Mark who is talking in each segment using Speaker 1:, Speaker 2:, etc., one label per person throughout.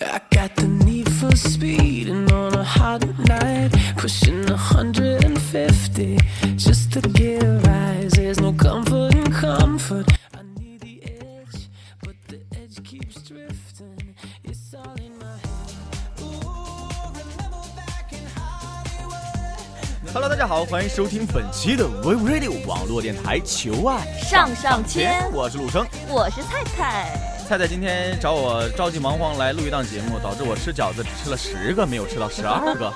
Speaker 1: I got the need for speed, and on a hot night, pushing 150 just to get rise. There's no comfort in comfort. I need the edge, but the edge keeps drifting. It's all in my head.
Speaker 2: Hello，大家好，欢迎收听本期的 We Radio 网络电台求爱
Speaker 3: 上上签
Speaker 2: 天，我是陆生。
Speaker 3: 我是菜 菜，
Speaker 2: 菜菜今天找我着急忙慌来录一档节目，导致我吃饺子只吃了十个，没有吃到十二 个。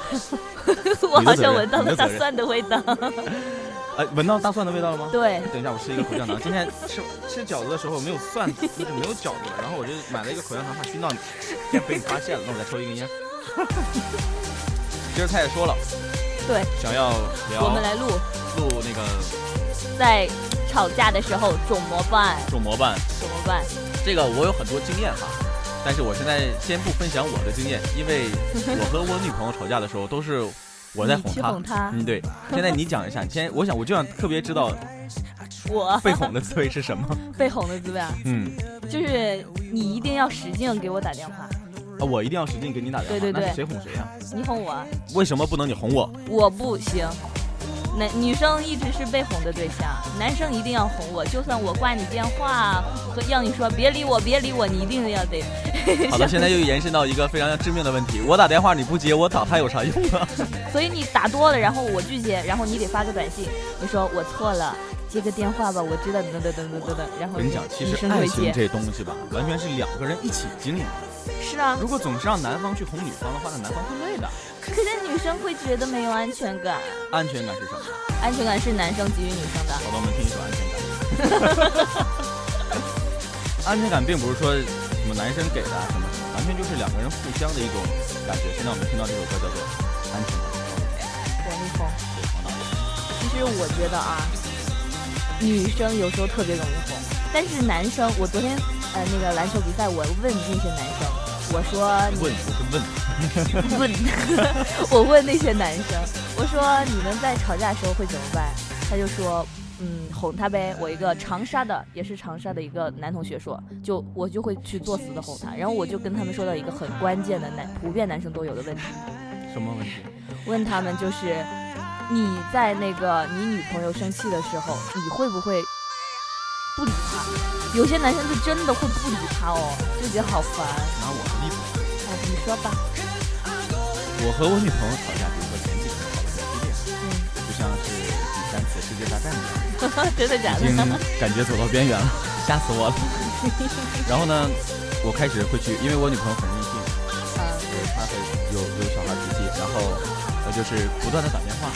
Speaker 3: 我好像
Speaker 2: 责任
Speaker 3: 闻到
Speaker 2: 你的
Speaker 3: 了大
Speaker 2: 责任
Speaker 3: 蒜的味道。
Speaker 2: 呃，闻到大蒜的味道了吗？
Speaker 3: 对，
Speaker 2: 等一下，我吃一个口香 糖。今天吃吃饺子的时候没有蒜，就是没有饺子，然后我就买了一个口香糖怕熏到你， 现在被你发现了，那我再抽一根烟。今儿菜也说了，
Speaker 3: 对，
Speaker 2: 想要聊
Speaker 3: 我们来录，
Speaker 2: 录那个
Speaker 3: 在吵架的时候怎么办？
Speaker 2: 种模办，
Speaker 3: 怎么办？
Speaker 2: 这个我有很多经验哈，但是我现在先不分享我的经验，因为我和我女朋友吵架的时候都是我在哄
Speaker 3: 你去
Speaker 2: 她。
Speaker 3: 哄她
Speaker 2: 嗯， 对。现在你讲一下，你先，我想我就想特别知道
Speaker 3: 我
Speaker 2: 被哄的滋味是 什么。
Speaker 3: 被哄的滋味啊，
Speaker 2: 嗯，
Speaker 3: 就是你一定要使劲给我打电话，
Speaker 2: 啊我一定要使劲给你打电话。
Speaker 3: 对对对
Speaker 2: 那是谁哄谁呀、
Speaker 3: 你哄我啊，
Speaker 2: 为什么不能你哄我？
Speaker 3: 我不行。男女生一直是被哄的对象，男生一定要哄我，就算我挂你电话和要你说别理我，别理我，你一定要得。
Speaker 2: 好的，现在又延伸到一个非常致命的问题：我打电话你不接，我打他有啥用 啊？
Speaker 3: 所以你打多了，然后我拒接，然后你得发个短信，你说我错了，接个电话吧，我知道，等等等等等等，然后
Speaker 2: 跟你讲，其
Speaker 3: 女
Speaker 2: 实
Speaker 3: 生
Speaker 2: 爱
Speaker 3: 会
Speaker 2: 情
Speaker 3: 接，
Speaker 2: 这东西吧，完全是两个人一起经历的。
Speaker 3: 是啊，
Speaker 2: 如果总是让男方去哄女方的话，那男方会累的。
Speaker 3: 可是女生会觉得没有安全感，
Speaker 2: 安全感是什么？
Speaker 3: 安全感是男生给予女生的，
Speaker 2: 好的，我们听一首《安全感》。 安全感并不是说什么男生给的啊什么什么，完全就是两个人互相的一种感觉。现在我们听到这首歌叫做《安全感》。
Speaker 3: 哄一哄。
Speaker 2: 对黄导演
Speaker 3: 其实我觉得啊，女生有时候特别容易哄，但是男生，我昨天呃那个篮球比赛，我问那些男生，我说你
Speaker 2: 问不是问，
Speaker 3: 问， 我问那些男生，我说你们在吵架的时候会怎么办？他就说，嗯，哄他呗。我一个长沙的，也是长沙的一个男同学说，就我就会去作死的哄他，然后我就跟他们说到一个很关键的男，普遍男生都有的问题，
Speaker 2: 什么问题？
Speaker 3: 问他们就是，你在那个你女朋友生气的时候，你会不会不理她？有些男生就真的会不理她哦，就觉得好烦。
Speaker 2: 拿我的例子，
Speaker 3: 哎，你说吧，
Speaker 2: 我和我女朋友吵架，比如说前几天吵得很激烈，
Speaker 3: 嗯，
Speaker 2: 就像是第三次世界大战一样。
Speaker 3: 真的假
Speaker 2: 已
Speaker 3: 的？
Speaker 2: 经 感觉走到边缘了，吓死 我了。然后呢，我开始会去，因为我女朋友很任性，
Speaker 3: 嗯
Speaker 2: 就是她很有有小孩脾气，然后我就是不断的打电话，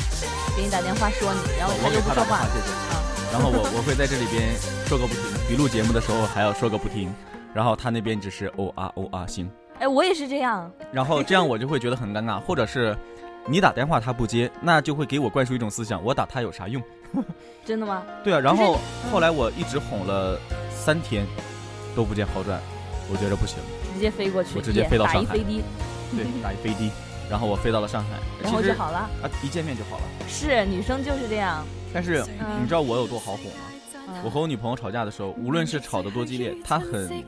Speaker 3: 给你打电话说你，然后
Speaker 2: 我
Speaker 3: 哦他
Speaker 2: 给
Speaker 3: 就不
Speaker 2: 她打
Speaker 3: 说
Speaker 2: 电
Speaker 3: 话
Speaker 2: 话
Speaker 3: 了
Speaker 2: 谢谢。
Speaker 3: 啊，
Speaker 2: 然后我我会在这里边说个不停，比录节目的时候还要说个不停，然后她那边只是哦啊哦啊行，
Speaker 3: 哎，我也是这样，
Speaker 2: 然后这样我就会觉得很尴尬，或者是你打电话她不接，那就会给我灌输一种思想，我打她有啥用？
Speaker 3: 真的吗？
Speaker 2: 对啊，然
Speaker 3: 可是
Speaker 2: 后后来我一直哄了三天，都不见好转，我觉着不行。
Speaker 3: 直接飞过去，
Speaker 2: 我直接
Speaker 3: 也
Speaker 2: 飞到
Speaker 3: 打一
Speaker 2: 上海
Speaker 3: 飞的，
Speaker 2: 对，打一飞的，然后我飞到了上海，
Speaker 3: 嗯然后
Speaker 2: 其实
Speaker 3: 就好了。
Speaker 2: 啊，一见面就好了。
Speaker 3: 是女生就是这样，
Speaker 2: 但是你
Speaker 3: 嗯
Speaker 2: 知，道我有多好哄啊吗？我和我女朋友吵架的时候，无论是吵得多激烈，她很，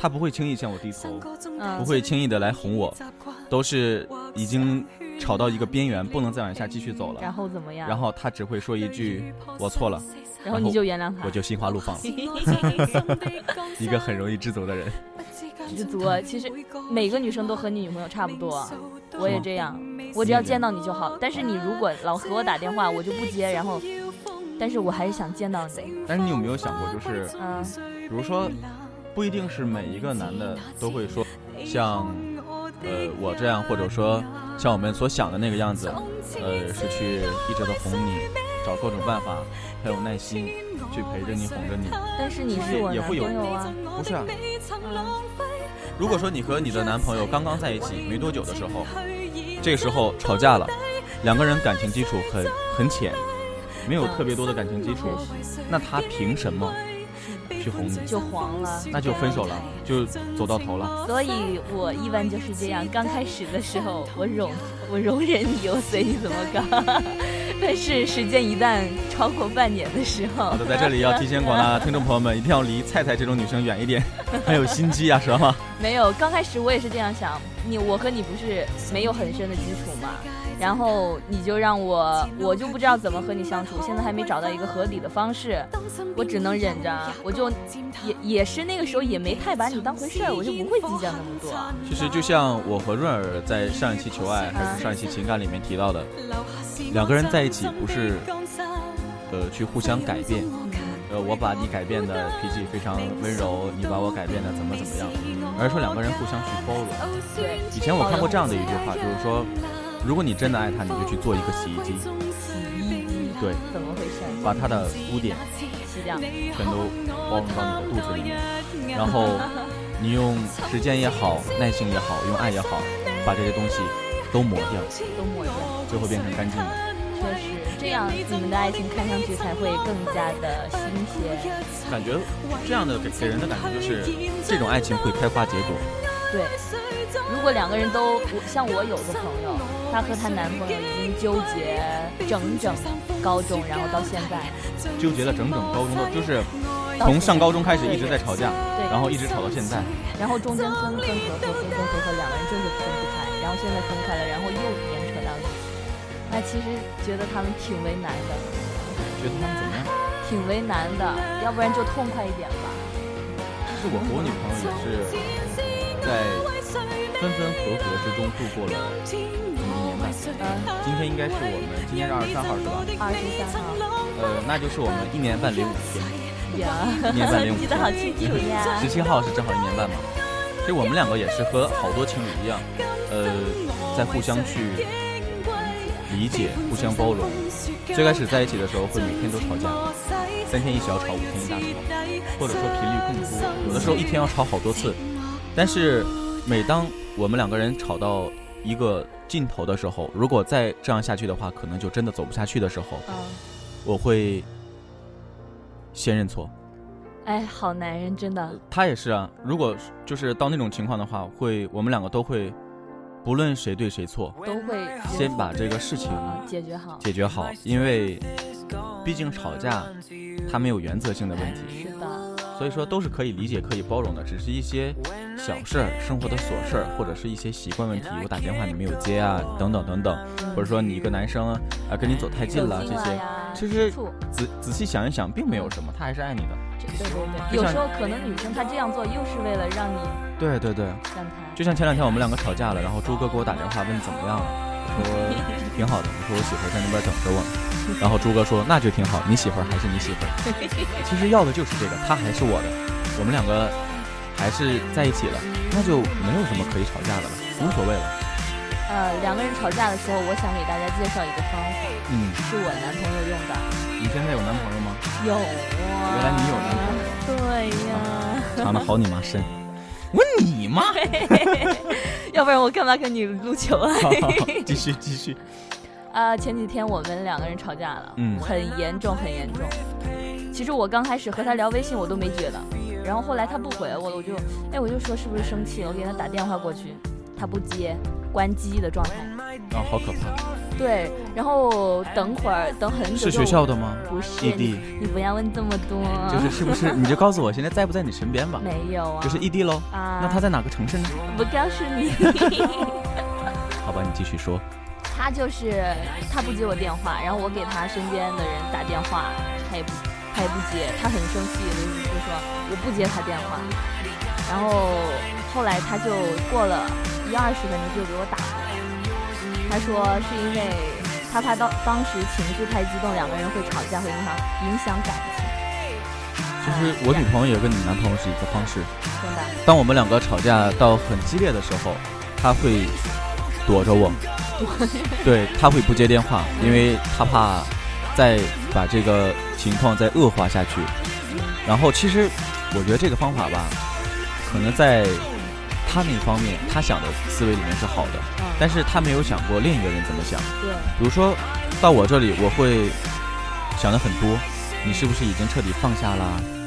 Speaker 2: 她不会轻易向我低头，
Speaker 3: 嗯
Speaker 2: 不会轻易的来哄我，都是已经吵到一个边缘，不能再往下继续走
Speaker 3: 然
Speaker 2: 了。
Speaker 3: 后怎么样？
Speaker 2: 然后她只会说一句“我错了
Speaker 3: 然后你就原谅”，他
Speaker 2: 我，就心花怒放了。 一个很容易知足的人，
Speaker 3: 知足。其实每个女生都和你女朋友差不多，啊我也这样，我
Speaker 2: 你
Speaker 3: 只
Speaker 2: 也
Speaker 3: 要
Speaker 2: 这
Speaker 3: 见
Speaker 2: 样
Speaker 3: 到你就好。但是你如果老和我打电话，我就不接，然后，但是我还是想见到你。
Speaker 2: 但是你有没有想过，就是
Speaker 3: 嗯，
Speaker 2: 比如说，不一定是每一个男的都会说像呃我这样，或者说像我们所想的那个样子，呃，是去一直的哄你，找各种办法，很有耐心去陪着你，哄着你。
Speaker 3: 但是你是
Speaker 2: 也
Speaker 3: 我
Speaker 2: 也会
Speaker 3: 男朋
Speaker 2: 有
Speaker 3: 友啊，
Speaker 2: 不是啊，
Speaker 3: 嗯
Speaker 2: 如果说你和你的男朋友刚刚在一起没多久的时候，这个时候吵架了，两个人感情基础很很浅，没有特别多的感情基础，那他凭什么去哄你？
Speaker 3: 就黄了。
Speaker 2: 那就分手了，就走到头了。
Speaker 3: 所以我一般 哦就是这样，刚开始的时候我容我容忍你，我随你怎么搞， 但是时间一旦超过半年的时候，
Speaker 2: 好的，在这里要提醒广大听众朋友们，一定要离菜菜这种女生远一点， 很有心机啊，蛇吗？
Speaker 3: 没有，刚开始我也是这样想，你我和你不是没有很深的基础嘛，然后你就让我，我就不知道怎么和你相处，现在还没找到一个合理的方式，我只能忍着，啊我就也也是那个时候也没太把你当回事儿，我就不会计较那么多。啊
Speaker 2: 其实就像我和润儿在上一期求爱还是上一期情感里面提到的，两个人在一起不是，呃，去互相改变。呃，我把你改变的脾气非常温柔，你把我改变的怎么怎么样，而是说两个人互相去包容。
Speaker 3: 对，
Speaker 2: 以前我看过这样的一句话，就是说，如果你真的爱他，你就去做一个洗衣机，对，
Speaker 3: 怎么回事？
Speaker 2: 把他的污点
Speaker 3: 洗掉，
Speaker 2: 全都包容到你的肚子里面，然后你用时间也好，耐心也好，用爱也好，把这些东西都磨掉，
Speaker 3: 都抹掉。
Speaker 2: 最后变成干净的。
Speaker 3: 确实，这样你们的爱情看上去才会更加的新鲜。
Speaker 2: 感觉这样的给给人的感觉就是，这种爱情会开花结果。
Speaker 3: 对，如果两个人都，我像我有个朋友，她和她男朋友已经纠结整整高中，然后到现在，
Speaker 2: 纠结了整整高中的，就是从上高中开始一直在吵架，
Speaker 3: 对
Speaker 2: 然后一直吵到现在。
Speaker 3: 然后中间分分合合，分分合合，两个人就是分不开，然后现在分开了，然后又牵扯到一起。那其实觉得他们挺为难的，
Speaker 2: 觉得他们怎么样？
Speaker 3: 挺为难的，要不然就痛快一点吧。
Speaker 2: 就是我和我女朋友也是在分分合合之中度过了一年半。
Speaker 3: 嗯，
Speaker 2: 嗯今天应该是我们今天是二十三号是吧？
Speaker 3: 二十三号
Speaker 2: 呃，那就是我们一年半零五天，
Speaker 3: 呀，
Speaker 2: 一年半零五
Speaker 3: 记
Speaker 2: 天。
Speaker 3: 得好清楚呀。
Speaker 2: 十七号是正好一年半嘛。其实我们两个也是和好多情侣一样，呃，在互相去理解、互相包容。最开始在一起的时候会每天都吵架，三天一小吵，五天一大吵，或者说频率更多，有的时候一天要吵好多次。但是每当我们两个人吵到一个尽头的时候，如果再这样下去的话，可能就真的走不下去的时候，
Speaker 3: 嗯，
Speaker 2: 我会先认错。
Speaker 3: 哎，好男人真的，
Speaker 2: 他也是啊，如果就是到那种情况的话，会我们两个都会，不论谁对谁错，
Speaker 3: 都会嗯
Speaker 2: 先把这个事情
Speaker 3: 解决好。
Speaker 2: 解决好，因为毕竟吵架它没有原则性的问题，
Speaker 3: 是的，
Speaker 2: 所以说都是可以理解、可以包容的，只是一些小事儿、生活的琐事儿，或者是一些习惯问题，我打电话你没有接啊，等等等等，或者说你一个男生啊跟你走太近了
Speaker 3: 有
Speaker 2: 这
Speaker 3: 劲
Speaker 2: 些，
Speaker 3: 呀
Speaker 2: 其实
Speaker 3: 醋
Speaker 2: 仔仔细想一想，并没有什么，他还是爱你的。
Speaker 3: 这对对
Speaker 2: 就
Speaker 3: 对，有
Speaker 2: 像
Speaker 3: 时候可能女生她这样做，又是为了让你
Speaker 2: 对对对。
Speaker 3: 让她
Speaker 2: 就像前两天我们两个吵架了，然后朱哥给我打电话问怎么样了，我说挺好的，我说我媳妇儿在那边等着我呢。然后朱哥说那就挺好，你媳妇儿还是你媳妇儿。其实要的就是这个，她还是我的，我们两个还是在一起了，那就没有什么可以吵架的了，无所谓了。
Speaker 3: 呃两个人吵架的时候，我想给大家介绍一个方法，
Speaker 2: 嗯，
Speaker 3: 是我男朋友用的。
Speaker 2: 你现在有男朋友吗？
Speaker 3: 有啊，
Speaker 2: 原来你有男朋友
Speaker 3: 对 呀、
Speaker 2: 藏的好你妈深。问你妈，
Speaker 3: 要不然我干嘛跟你录球啊？
Speaker 2: 继续继续，
Speaker 3: 啊，前几天我们两个人吵架了，
Speaker 2: 嗯
Speaker 3: 很严重，很严重。其实我刚开始和他聊微信，我都没觉得，然后后来他不回我了，我就，哎，我就说是不是生气了？我给他打电话过去，他不接，关机的状态。
Speaker 2: 啊，好可怕，
Speaker 3: 对，然后等会儿，等很久
Speaker 2: 是
Speaker 3: 就
Speaker 2: 学校的吗？
Speaker 3: 不是
Speaker 2: 异地，
Speaker 3: 你你不要问这么多，
Speaker 2: 就是是不是？你就告诉我现在在不在你身边吧，
Speaker 3: 没有啊，
Speaker 2: 就是异地喽。
Speaker 3: 啊，
Speaker 2: 那他在哪个城市呢？
Speaker 3: 不告诉你，
Speaker 2: 好吧，你继续说。
Speaker 3: 他就是他不接我电话，然后我给他身边的人打电话，他也不他也不接，他很生气，就就说我不接他电话，然后后来他就过了一二十分钟就给我打回来，他说是因为他怕当当时情绪太激动，两个人会吵架，会影响影响感情，
Speaker 2: 其实我女朋友也跟你男朋友是一个方式。
Speaker 3: 真的。
Speaker 2: 当我们两个吵架到很激烈的时候，她会躲着我，对，她会不接电话，因为她怕再把这个情况再恶化下去。然后其实我觉得这个方法吧，可能在她那方面，她想的思维里面是好的，
Speaker 3: 嗯，
Speaker 2: 但是她没有想过另一个人怎么想。
Speaker 3: 对，
Speaker 2: 比如说到我这里，我会想的很多，你是不是已经彻底放下啦？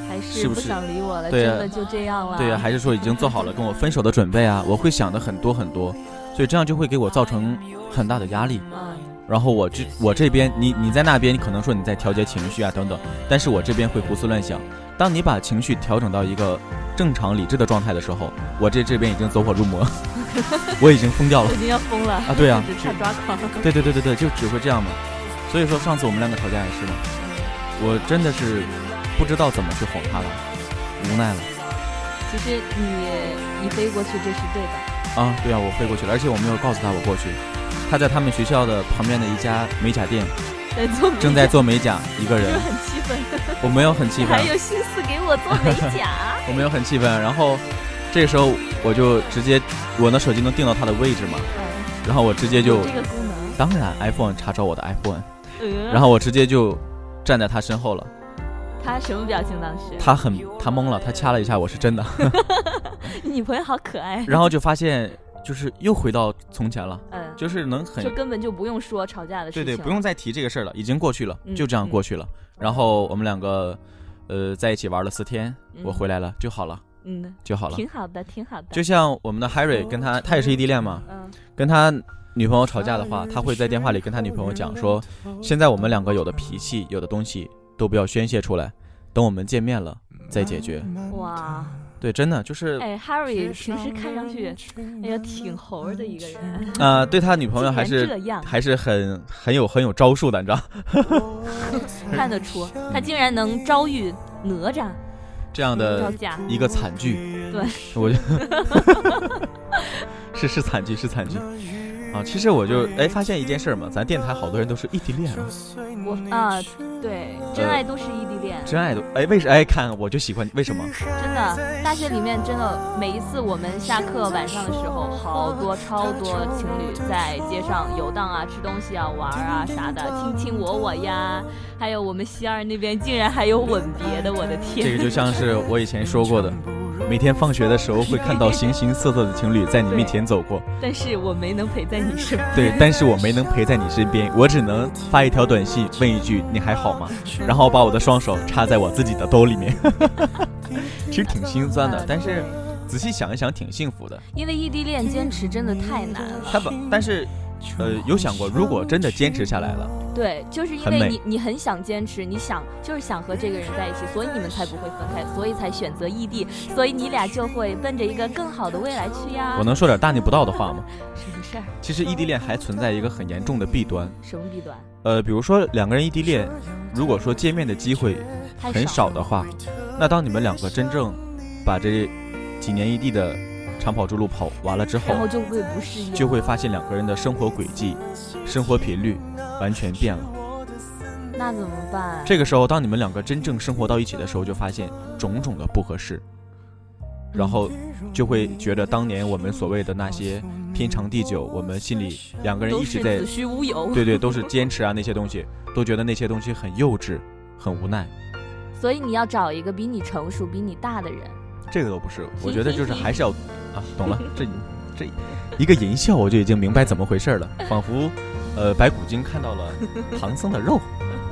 Speaker 3: 还是
Speaker 2: 是不
Speaker 3: 不
Speaker 2: 是
Speaker 3: 想理我了，
Speaker 2: 对
Speaker 3: 真
Speaker 2: 呀
Speaker 3: 的就这样了。
Speaker 2: 对呀、啊还是说已经做好了跟我分手的准备啊？我会想的很多很多，所以这样就会给我造成很大的压力。
Speaker 3: 嗯，
Speaker 2: 然后我这我这边你你在那边，你可能说你在调节情绪啊等等，但是我这边会胡思乱想。当你把情绪调整到一个正常理智的状态的时候，我这这边已经走火入魔， 我已经疯掉了
Speaker 3: 我已经要疯了
Speaker 2: 啊！对 啊，
Speaker 3: 只差抓狂。
Speaker 2: 对对对对对，就只会这样嘛。所以说上次我们两个吵架也是嘛，我真的是不知道怎么去哄她了，无奈了
Speaker 3: 其实你你飞过去这是对的，
Speaker 2: 啊！对啊，我飞过去了，而且我没有告诉她我过去，她在他们学校的旁边的一家美甲店
Speaker 3: 嗯在做美
Speaker 2: 正在做美甲，一个
Speaker 3: 甲，
Speaker 2: 人
Speaker 3: 就，很气愤，
Speaker 2: 我没有很气愤？
Speaker 3: 还，有心思给我做美甲 嗯
Speaker 2: 我没有很气愤。然后这个时候我就直接我的手机能定到她的位置嘛，
Speaker 3: 嗯，
Speaker 2: 然后我直接就
Speaker 3: 有这个功能。
Speaker 2: 当然 iPhone 查找我的 iPhone，
Speaker 3: 呃
Speaker 2: 然后我直接就站在她身后了。
Speaker 3: 他什么表情当时？
Speaker 2: 他很他懵了，他掐了一下我是真 的，
Speaker 3: 你女朋友好可 爱。
Speaker 2: 然后就发现就是又回到从前了，
Speaker 3: 嗯，
Speaker 2: 就是能很
Speaker 3: 就根本就不用说吵架的事
Speaker 2: 对对，
Speaker 3: 情。
Speaker 2: 不。用再提这个事儿了，已经过去了，
Speaker 3: 嗯
Speaker 2: 就这样过去了。然后我们两个呃在一起玩了四天，
Speaker 3: 嗯
Speaker 2: 我回来了就好了
Speaker 3: 嗯，
Speaker 2: 就好了。
Speaker 3: 挺好的，挺好的。
Speaker 2: 就像我们的 Harry 跟他他也是异地恋嘛，
Speaker 3: 嗯，
Speaker 2: 跟他女朋友吵架的
Speaker 1: 嗯
Speaker 2: 话，他会在电话里跟他女朋友讲说，现在我们两个有的脾气有的东西都不要宣泄出来，等我们见面了再解决。
Speaker 3: 哇，
Speaker 2: 对，真的嗯就是
Speaker 3: 嗯哎，Harry 平时看上去，哎呀，挺猴儿的一个人。
Speaker 2: 啊、对他女朋友
Speaker 3: 竟
Speaker 2: 还
Speaker 3: 然
Speaker 2: 是
Speaker 3: 这样，
Speaker 2: 还是很很有很有招数的，你知道？
Speaker 3: 看得出他竟然能遭遇哪吒
Speaker 2: 这样
Speaker 3: 嗯
Speaker 2: 的
Speaker 3: 招架。
Speaker 2: 一个惨剧，
Speaker 3: 对，
Speaker 2: 我就 是是惨剧，是惨剧啊！其实我就哎发现一件事儿嘛，咱电台好多人都是异地恋啊，
Speaker 3: 我啊，对，真爱都是异地恋，
Speaker 2: 真爱的哎为什哎看我就喜欢为什么？
Speaker 3: 真的。大学里面真的，每一次我们下课晚上的时候，好多超多情侣在街上游荡啊、吃东西啊、玩啊啥的，卿卿我我呀。还有我们西二那边竟然还有吻别的，我的
Speaker 2: 这
Speaker 3: 天！
Speaker 2: 个就像是我以前说过的，每天放学的时候会看到形形色色的情侣在你面前走过，
Speaker 3: 但是我没能陪在你身边。
Speaker 2: 对，但是我没能陪在你身边，我只能发一条短信问一句你还好吗，然后把我的双手插在我自己的兜里面， 其实挺心酸的
Speaker 3: 啊，
Speaker 2: 但是
Speaker 3: 对
Speaker 2: 仔细想一想挺幸福的。
Speaker 3: 因为异地恋坚持真的太难了。
Speaker 2: 他把，但是呃有想过，如果真的坚持下来了，
Speaker 3: 对，就是因
Speaker 2: 很
Speaker 3: 为
Speaker 2: 美
Speaker 3: 你你很想坚持，你想就是想和这个人在一起，所以你们才不会分开，所以才选择异地，所以你俩就会奔着一个更好的未来去呀
Speaker 2: 我。能说点大逆不道的话吗？
Speaker 3: 什么事儿？
Speaker 2: 其实异地恋还存在一个很严重的弊端，
Speaker 3: 什么弊端？
Speaker 2: 呃，比如说两个人异地恋，如果说见面的机会
Speaker 3: 太
Speaker 2: 很少
Speaker 3: 少
Speaker 2: 的话，那当你们两个真正把这几年异地的长跑之路跑完了之后
Speaker 3: 然，后就会不适应。
Speaker 2: 就会发现两个人的生活轨迹、生活频率完全变了。
Speaker 3: 那怎么办？
Speaker 2: 这个时候，当你们两个真正生活到一起的时候，就发现种种的不合适，然后就会觉得当年我们所谓的那些天长地久，我们心里两个人
Speaker 3: 都
Speaker 2: 一
Speaker 3: 是
Speaker 2: 直在
Speaker 3: 子虚乌有。
Speaker 2: 对对，都是坚持啊那些东西，都觉得那些东西很幼稚、很无奈。
Speaker 3: 所以你要找一个比你成熟、比你大的人。
Speaker 2: 这个都不是，我觉得就是还是要啊，懂 了，这这一个淫笑我就已经明白怎么回事了，仿佛呃白骨精看到了唐僧的肉，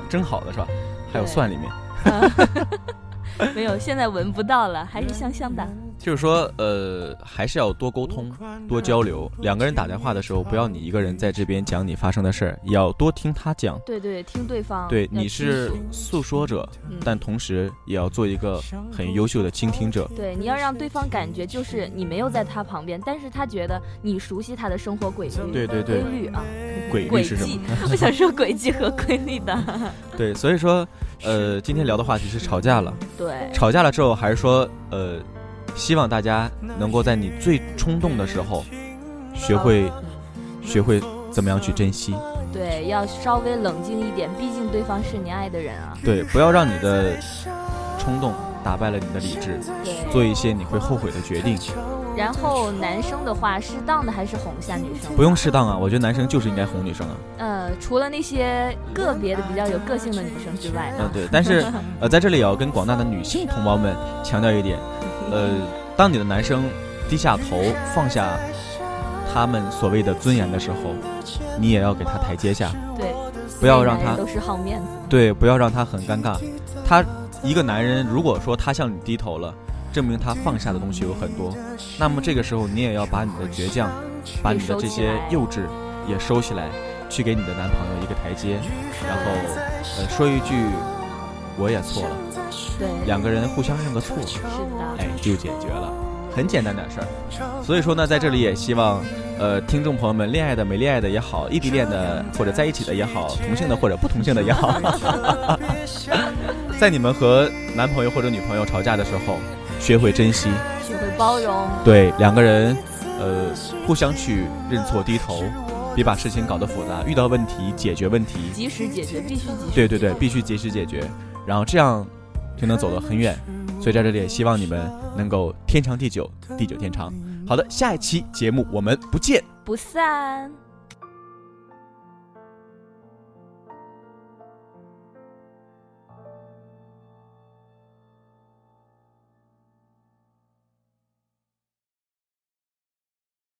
Speaker 2: 真好的是吧？还有
Speaker 3: 对
Speaker 2: 蒜里面，
Speaker 3: 没有，现在闻不到了，还是香香的。
Speaker 2: 就是说呃还是要多沟通、多交流。两个人打电话的时候，不要你一个人在这边讲你发生的事儿，也要多听他讲。
Speaker 3: 对对，听对方。
Speaker 2: 对，
Speaker 3: 要
Speaker 2: 你
Speaker 3: 倾
Speaker 2: 是
Speaker 3: 诉
Speaker 2: 诉说者，
Speaker 3: 嗯
Speaker 2: 但同时也要做一个很优秀的倾听者。
Speaker 3: 对，你要让对方感觉就是你没有在他旁边，但是他觉得你熟悉他的生活轨律、
Speaker 2: 对对
Speaker 3: 规
Speaker 2: 对，
Speaker 3: 律啊、
Speaker 2: 轨率
Speaker 3: 轨
Speaker 2: 是什么
Speaker 3: 迹？。我想说轨迹和规律的。
Speaker 2: 对，所以说，呃，今天聊的话题是吵架了。
Speaker 3: 对，
Speaker 2: 吵架了之后，还是说，呃，希望大家能够在你最冲动的时候，学会，学会怎么样去珍惜。
Speaker 3: 对，要稍微冷静一点，毕竟对方是你爱的人啊。
Speaker 2: 对，不要让你的冲动打败了你的理智，
Speaker 3: 对。
Speaker 2: 做一些你会后悔的决定。
Speaker 3: 然后男生的话，适当的还是哄一下女生。
Speaker 2: 不用适当啊，我觉得男生就是应该哄女生啊。
Speaker 3: 呃，除了那些个别的比较有个性的女生之外
Speaker 2: 嗯
Speaker 3: 呢，，
Speaker 2: 对，但是，呃，在这里也要跟广大的女性同胞们强调一点，呃，当你的男生低下头放下他们所谓的尊严的时候，你也要给他台阶下，
Speaker 3: 对，
Speaker 2: 不要让
Speaker 3: 男人
Speaker 2: 他
Speaker 3: 都是好面子。
Speaker 2: 对，不要让他很尴尬。他一个男人如果说他向你低头了，证明他放下的东西有很多，那么这个时候你也要把你的倔强，把你的这些幼稚也收起来，去给你的男朋友一个台阶，然后呃说一句我也错了，
Speaker 3: 对，
Speaker 2: 两个人互相认个错，
Speaker 3: 是的，
Speaker 2: 哎就解决了，很简单点事儿。所以说呢，在这里也希望呃听众朋友们，恋爱的没恋爱的也好，异地恋的或者在一起的也好，同性的或者不同性的也好， 在你们和男朋友或者女朋友吵架的时候，学会珍惜，
Speaker 3: 学会包容，
Speaker 2: 对两个人呃互相去认错低头。别把事情搞得复杂，遇到问题解决问题，
Speaker 3: 及时解决，必须及时。
Speaker 2: 对对对，必须及时解决，然后这样就能走得很远。所以在这里也希望你们能够天长地久，地久天长。好的，下一期节目我们不见
Speaker 3: 不散。